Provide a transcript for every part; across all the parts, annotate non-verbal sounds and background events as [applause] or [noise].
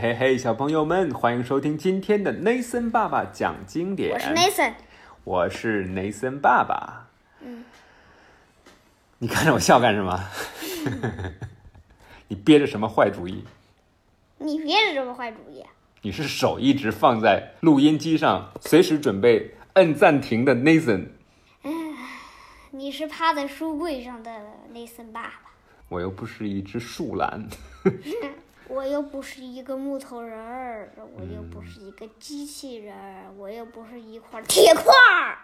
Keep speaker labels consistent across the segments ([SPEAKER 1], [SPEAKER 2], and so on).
[SPEAKER 1] 嘿嘿，小朋友们，欢迎收听今天的 Nathan 爸爸讲经典。
[SPEAKER 2] 我是 Nathan，
[SPEAKER 1] 我是 Nathan 爸爸。嗯，你看着我笑干什么？ [laughs] 你憋着什么坏主意？
[SPEAKER 2] 你别是这么坏主意、啊。
[SPEAKER 1] 你是手一直放在录音机上，随时准备摁暂停的 Nathan。
[SPEAKER 2] 你是趴在书柜上的 Nathan 爸爸， [laughs]
[SPEAKER 1] 我又不是一只树懒。 [laughs]
[SPEAKER 2] 我又不是一个木头人儿，我又不是一个机器人儿，我又不是一块铁块儿。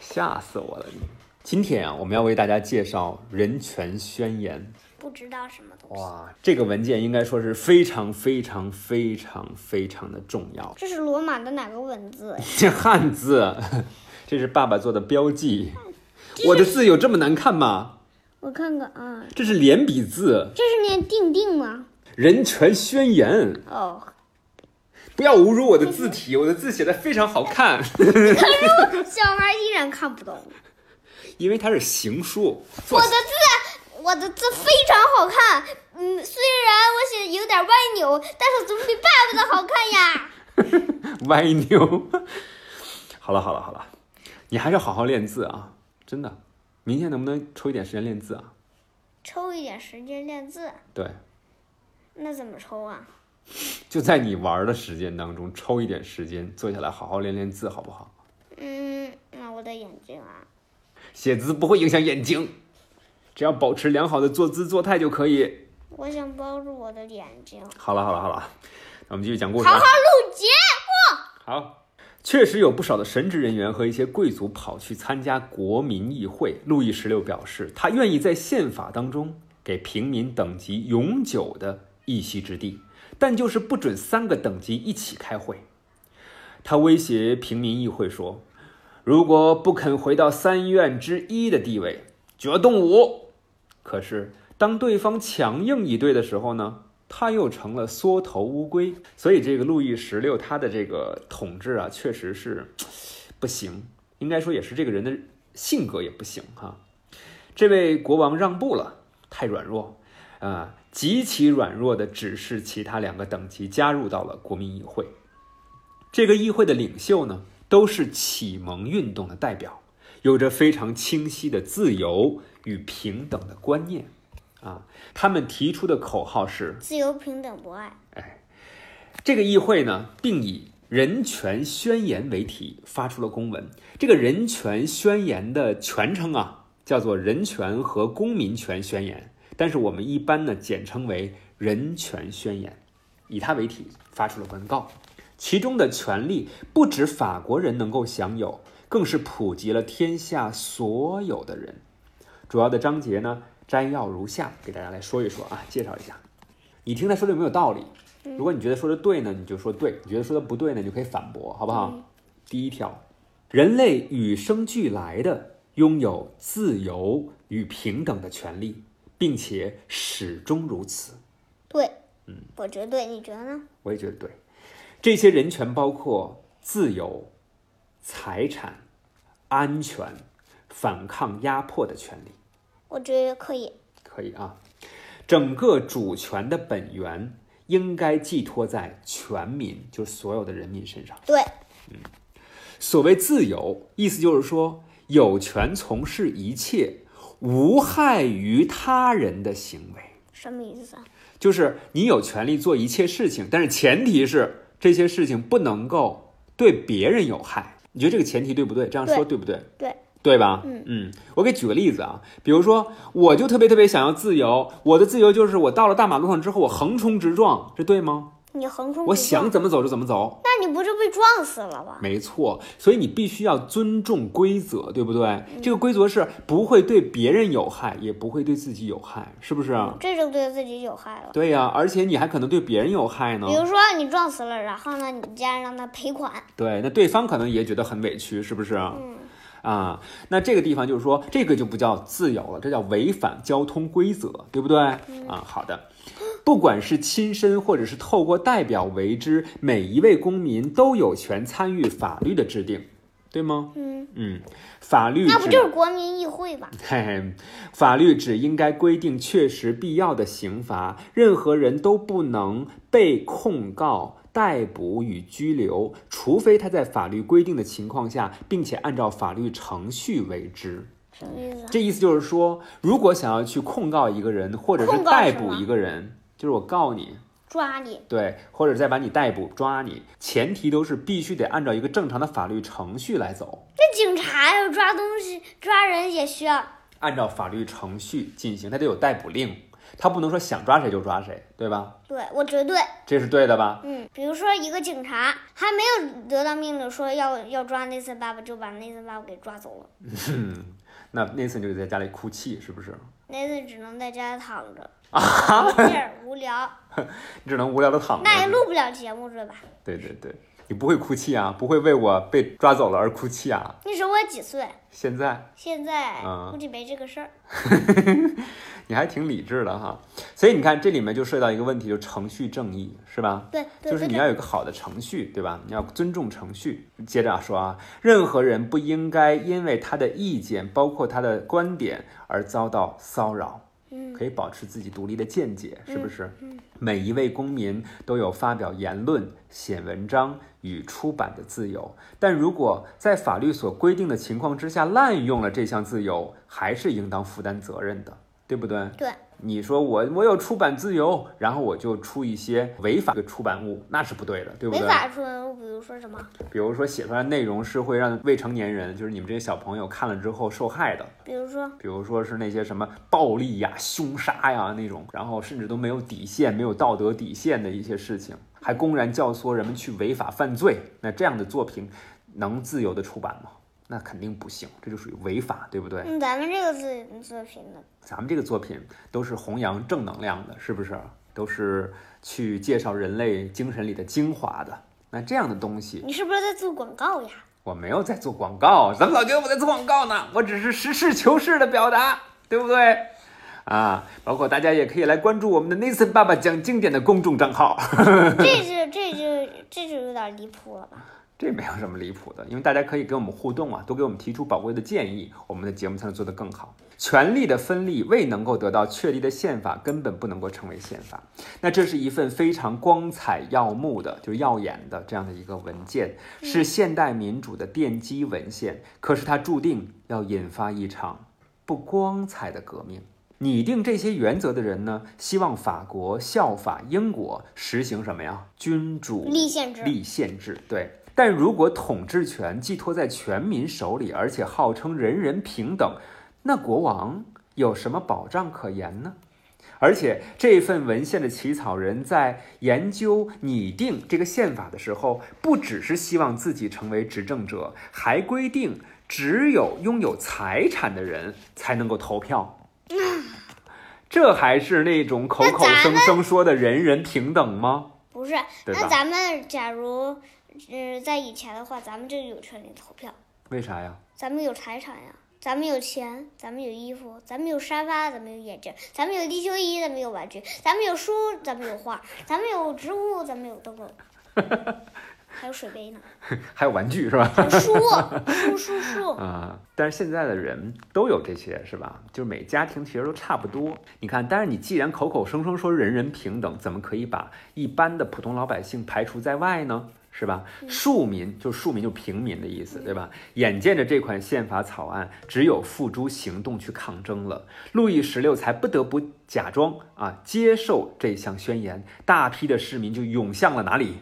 [SPEAKER 1] 吓死我了你！今天啊，我们要为大家介绍《人权宣言
[SPEAKER 2] 不知道什么》。东西。
[SPEAKER 1] 哇，这个文件应该说是非常非常非常非常的重要。
[SPEAKER 2] 这是罗马的哪个文字呀？
[SPEAKER 1] 这汉字，这是爸爸做的标记。我的字有这么难看吗？
[SPEAKER 2] 我看看啊，
[SPEAKER 1] 这是连笔字，
[SPEAKER 2] 这是念定定吗？
[SPEAKER 1] 《人权宣言》。
[SPEAKER 2] 哦，
[SPEAKER 1] 不要侮辱我的字体，我的字写的非常好看， [laughs]
[SPEAKER 2] 小孩依然看不懂。
[SPEAKER 1] 因为它是行书。
[SPEAKER 2] 我
[SPEAKER 1] 做
[SPEAKER 2] 的字，我的字非常好看。嗯，虽然我写的有点歪扭，但是总比爸爸的好看呀。
[SPEAKER 1] 歪扭。好了好了好了，你还是好好练字啊，真的。明天能不能抽一点时间练字啊？
[SPEAKER 2] 抽一点时间练字，
[SPEAKER 1] 对，
[SPEAKER 2] 那怎么抽啊？
[SPEAKER 1] 就在你玩的时间当中抽一点时间坐下来好好练练字，好不好？
[SPEAKER 2] 嗯，那我的眼睛啊，
[SPEAKER 1] 写字不会影响眼睛，只要保持良好的坐姿坐态就可以。
[SPEAKER 2] 我想包住我的眼睛。
[SPEAKER 1] 好了好了好了，那我们继续讲故事
[SPEAKER 2] 好
[SPEAKER 1] 啊。
[SPEAKER 2] 好录节目。
[SPEAKER 1] 好，确实有不少的神职人员和一些贵族跑去参加国民议会。路易十六表示，他愿意在宪法当中给平民等级永久的一席之地，但就是不准三个等级一起开会。他威胁平民议会说：“如果不肯回到三院之一的地位，决动武。”可是，当对方强硬以对的时候呢，他又成了缩头乌龟。所以，这个路易十六他的这个统治啊，确实是不行，应该说也是这个人的性格也不行哈、这位国王让步了，太软弱，啊、极其软弱的指示其他两个等级加入到了国民议会。这个议会的领袖呢，都是启蒙运动的代表，有着非常清晰的自由与平等的观念。啊，他们提出的口号是：
[SPEAKER 2] 自由、平等、博爱。
[SPEAKER 1] 这个议会呢，并以《人权宣言》为题发出了公文。这个《人权宣言》的全称啊，叫做《人权和公民权宣言》，但是我们一般呢简称为《人权宣言》，以它为题发出了文告。其中的权利不止法国人能够享有，更是普及了天下所有的人。主要的章节呢，摘要如下，给大家来说一说啊，介绍一下。你听他说的有没有道理？如果你觉得说的对呢，你就说对；你觉得说的不对呢，你就可以反驳，好不好？第一条，人类与生俱来的拥有自由与平等的权利，并且始终如此。
[SPEAKER 2] 对，嗯，我觉得对，你觉得呢？
[SPEAKER 1] 我也觉得对。这些人权包括自由、财产、安全、反抗压迫的权利。
[SPEAKER 2] 我觉得可以。
[SPEAKER 1] 可以啊。整个主权的本源应该寄托在全民，就是所有的人民身上。
[SPEAKER 2] 对，
[SPEAKER 1] 所谓自由，意思就是说有权从事一切无害于他人的行为，
[SPEAKER 2] 什么意思啊？
[SPEAKER 1] 就是你有权利做一切事情，但是前提是这些事情不能够对别人有害。你觉得这个前提对不对？这样说对不对？
[SPEAKER 2] 对，
[SPEAKER 1] 对吧？
[SPEAKER 2] 嗯
[SPEAKER 1] 我给举个例子啊，比如说，我就特别特别想要自由，我的自由就是我到了大马路上之后，我横冲直撞，这对吗？
[SPEAKER 2] 你横冲直撞，
[SPEAKER 1] 我想怎么走就怎么走，
[SPEAKER 2] 那你不就被撞死了吗？
[SPEAKER 1] 没错。所以你必须要尊重规则，对不对？这个规则是不会对别人有害，也不会对自己有害，是不是？啊
[SPEAKER 2] 这就对自己有害了。
[SPEAKER 1] 对呀、啊而且你还可能对别人有害呢
[SPEAKER 2] 比。如说你撞死了，然后呢，你家人让他赔款，
[SPEAKER 1] 对，那对方可能也觉得很委屈，是不是？嗯。啊，那这个地方就是说，这个就不叫自由了，这叫违反交通规则，对不对？啊，好的。不管是亲身或者是透过代表为之，每一位公民都有权参与法律的制定。对吗？
[SPEAKER 2] 嗯，
[SPEAKER 1] 嗯，法律
[SPEAKER 2] 那不
[SPEAKER 1] 只
[SPEAKER 2] 就是国民议会吗？
[SPEAKER 1] [laughs] 嘿嘿，法律只应该规定确实必要的刑罚，任何人都不能被控告、逮捕与拘留，除非他在法律规定的情况下，并且按照法律程序为之。
[SPEAKER 2] 什么意思啊？
[SPEAKER 1] 这意思就是说，如果想要去控告一个人，或者是
[SPEAKER 2] 控告
[SPEAKER 1] 逮
[SPEAKER 2] 什
[SPEAKER 1] 捕
[SPEAKER 2] 么
[SPEAKER 1] 一个人，就是我告你，
[SPEAKER 2] 抓你，
[SPEAKER 1] 对，或者再把你逮捕抓你，前提都是必须得按照一个正常的法律程序来走，
[SPEAKER 2] 那警察要抓东西、抓人也需要
[SPEAKER 1] 按照法律程序进行，他得有逮捕令，他不能说想抓谁就抓谁，对吧？
[SPEAKER 2] 对我绝对，
[SPEAKER 1] 这是对的吧？
[SPEAKER 2] 嗯，比如说一个警察还没有得到命令说要要抓内森爸爸，就把内森爸爸给抓走了，
[SPEAKER 1] 那那次你就得在家里哭泣，是不是？
[SPEAKER 2] 内森只能在家躺着，
[SPEAKER 1] 啊 [laughs]
[SPEAKER 2] 没劲儿无聊，
[SPEAKER 1] 你只能无聊的躺着。
[SPEAKER 2] 那也录不了节目对吧？
[SPEAKER 1] 对对对，你不会哭泣啊，不会为我被抓走了而哭泣啊。
[SPEAKER 2] 那时候我几岁？
[SPEAKER 1] 现在
[SPEAKER 2] 现在
[SPEAKER 1] 啊
[SPEAKER 2] 估计没这个事儿。
[SPEAKER 1] 你还挺理智的哈，所以你看这里面就涉及到一个问题，就是程序正义，是吧？
[SPEAKER 2] 对对
[SPEAKER 1] 就是
[SPEAKER 2] 对
[SPEAKER 1] 你
[SPEAKER 2] 对，
[SPEAKER 1] 要有个好的程序，对吧？你要尊重程序。接着说啊，任何人不应该因为他的意见，包括他的观点而遭到骚扰。
[SPEAKER 2] 嗯
[SPEAKER 1] 可以保持自己独立的见解，是不是？每一位公民都有发表言论、写文章与出版的自由，但如果在法律所规定的情况之下滥用了这项自由，还是应当负担责任的，对不对？
[SPEAKER 2] 对。
[SPEAKER 1] 你说我我有出版自由，然后我就出一些违法的出版物，那是不对的，对不
[SPEAKER 2] 没
[SPEAKER 1] 对？
[SPEAKER 2] 法出文物，比如说什么，
[SPEAKER 1] 比如说写出来的内容是会让未成年人，就是你们这些小朋友看了之后受害的，
[SPEAKER 2] 比如说
[SPEAKER 1] 比如说是那些什么暴力呀、凶杀呀那种，然后甚至都没有底线、没有道德底线的一些事情，还公然教唆人们去违法犯罪，那这样的作品能自由的出版吗？那肯定不行，这就属于违法，对不对？
[SPEAKER 2] 嗯，咱们这个作作品呢，
[SPEAKER 1] 咱们这个作品都是弘扬正能量的，是不是？都是去介绍人类精神里的精华的。那这样的东西，
[SPEAKER 2] 你是不是在做广告呀？ [laughs]
[SPEAKER 1] 我没有在做广告，咱们老觉得我在做广告呢，我只是实事求是的表达，对不对？啊，包括大家也可以来关注我们的 Nathan 爸爸讲经典的公众账号，
[SPEAKER 2] 这就这就这就有点离谱了吧？
[SPEAKER 1] 这没有什么离谱的，因为大家可以跟我们互动啊，多给我们提出宝贵的建议，我们的节目才能做得更好。权力的分立未能够得到确立的宪法，根本不能够成为宪法。那这是一份非常光彩耀目的，就是耀眼的这样的一个文件，是现代民主的奠基文献。可是它注定要引发一场不光彩的革命。拟定这些原则的人呢，希望法国效法英国，实行什么呀？君主
[SPEAKER 2] 立宪制，
[SPEAKER 1] 立宪制，对。但如果统治权寄托在全民手里，而且号称人人平等，那国王有什么保障可言呢？而且这份文献的起草人在研究拟定这个宪法的时候，不只是希望自己成为执政者，还规定只有拥有财产的人才能够投票。这还是那种口口声声说的人人平等吗？
[SPEAKER 2] 不是？
[SPEAKER 1] 对吧
[SPEAKER 2] 那咱们假如，嗯，在以前的话，咱们就有权利投票，
[SPEAKER 1] 为啥呀？
[SPEAKER 2] 咱们有财产呀，咱们有钱，咱们有衣服，咱们有沙发，咱们有眼镜，咱们有地球仪，咱们有玩具，咱们有书，咱们有画，咱们有植物，咱们有
[SPEAKER 1] [laughs]
[SPEAKER 2] 灯笼，还有水杯呢，
[SPEAKER 1] 还有玩具是吧？ [laughs]
[SPEAKER 2] 还有书，书书书，
[SPEAKER 1] 啊、但是现在的人都有这些是吧？就是每家庭其实都差不多。你看，但是你既然口口声声说人人平等，怎么可以把一般的普通老百姓排除在外呢？是吧？庶民就庶民就平民的意思，对吧？眼见着这款宪法草案只有付诸行动去抗争了，路易十六才不得不假装啊接受这项宣言，大批的市民就涌向了哪里？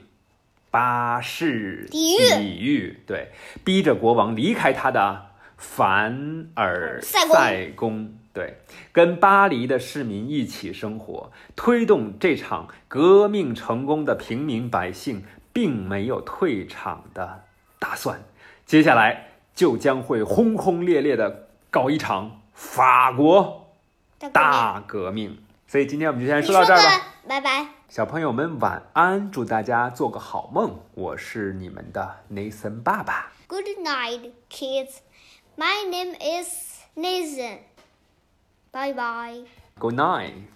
[SPEAKER 1] 巴士
[SPEAKER 2] 地狱
[SPEAKER 1] 地狱，对，逼着国王离开他的凡尔
[SPEAKER 2] 赛宫
[SPEAKER 1] 赛宫，对，跟巴黎的市民一起生活，推动这场革命成功的平民百姓并没有退场的打算，接下来就将会轰轰烈烈的搞一场法国
[SPEAKER 2] 大哥
[SPEAKER 1] 大革命。所以今天我们就先
[SPEAKER 2] 你
[SPEAKER 1] 说到这儿吧。
[SPEAKER 2] 吧，拜拜。
[SPEAKER 1] 小朋友们晚安，祝大家做个好梦。我是你们的 Nathan 爸爸。
[SPEAKER 2] Good night, kids. My name is Nathan. Bye bye.
[SPEAKER 1] Good night.